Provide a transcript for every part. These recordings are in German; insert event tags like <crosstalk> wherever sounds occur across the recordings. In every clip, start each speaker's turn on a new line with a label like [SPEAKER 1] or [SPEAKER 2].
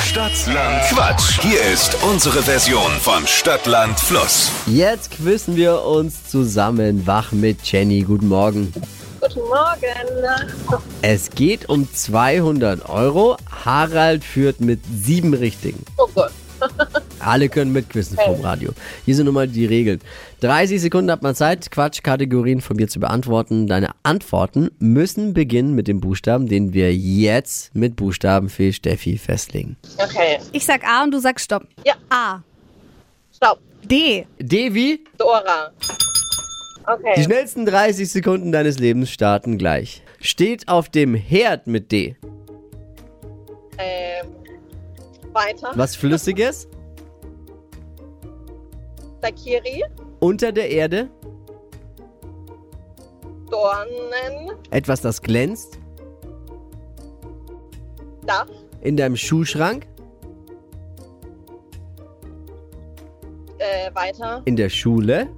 [SPEAKER 1] Stadtland Quatsch. Hier ist unsere Version von Stadtland Fluss.
[SPEAKER 2] Jetzt quissen wir uns zusammen wach mit Jenny. Guten Morgen.
[SPEAKER 3] Guten Morgen.
[SPEAKER 2] Es geht um 200 Euro. Harald führt mit sieben Richtigen.
[SPEAKER 3] Oh Gott. <laughs>
[SPEAKER 2] Alle können mitquissen vom Radio. Hier sind nun mal die Regeln. 30 Sekunden hat man Zeit, Quatschkategorien von mir zu beantworten. Deine Antworten müssen beginnen mit dem Buchstaben, den wir jetzt mit Buchstaben für Steffi festlegen.
[SPEAKER 3] Okay.
[SPEAKER 4] Ich sag A und du sagst Stopp.
[SPEAKER 3] Ja.
[SPEAKER 4] A.
[SPEAKER 3] Stopp.
[SPEAKER 4] D.
[SPEAKER 2] D wie?
[SPEAKER 3] Dora.
[SPEAKER 2] Die
[SPEAKER 3] Okay.
[SPEAKER 2] schnellsten 30 Sekunden deines Lebens starten gleich. Steht auf dem Herd mit D.
[SPEAKER 3] Ähm, weiter.
[SPEAKER 2] Was Flüssiges?
[SPEAKER 3] Sakiri.
[SPEAKER 2] Unter der Erde?
[SPEAKER 3] Dornen.
[SPEAKER 2] Etwas, das glänzt?
[SPEAKER 3] Dach.
[SPEAKER 2] In deinem Schuhschrank?
[SPEAKER 3] Äh, weiter.
[SPEAKER 2] In der Schule?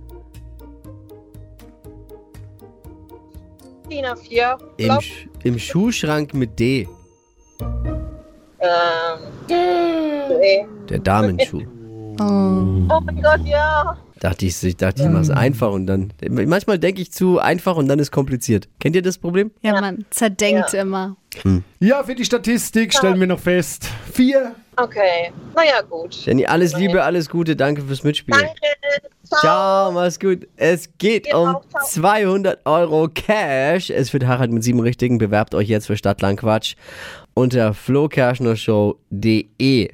[SPEAKER 3] DIN A4.
[SPEAKER 2] Im,
[SPEAKER 3] Block.
[SPEAKER 2] Sch Im Schuhschrank mit D.
[SPEAKER 3] Ähm. Nee.
[SPEAKER 2] Der Damenschuh.
[SPEAKER 3] Oh mein Gott, ja.
[SPEAKER 2] Dachte ich, ich dachte, ich mach's
[SPEAKER 3] Mhm.
[SPEAKER 2] einfach und dann. Manchmal denke ich zu einfach und dann ist kompliziert. Kennt ihr das Problem?
[SPEAKER 4] Ja, man zerdenkt immer.
[SPEAKER 5] Ja, für die Statistik stellen wir noch fest. Vier.
[SPEAKER 3] Okay. Naja, gut.
[SPEAKER 2] Jenny, alles Liebe, alles Gute, danke fürs Mitspielen.
[SPEAKER 3] Danke.
[SPEAKER 2] Ciao, mach's gut. Es geht
[SPEAKER 3] Ihr
[SPEAKER 2] um
[SPEAKER 3] auch, ciao.
[SPEAKER 2] 200 Euro Cash. Es wird Harald mit sieben Richtigen. Bewerbt euch jetzt für Stadtlandquatsch unter flokerschnershow.de.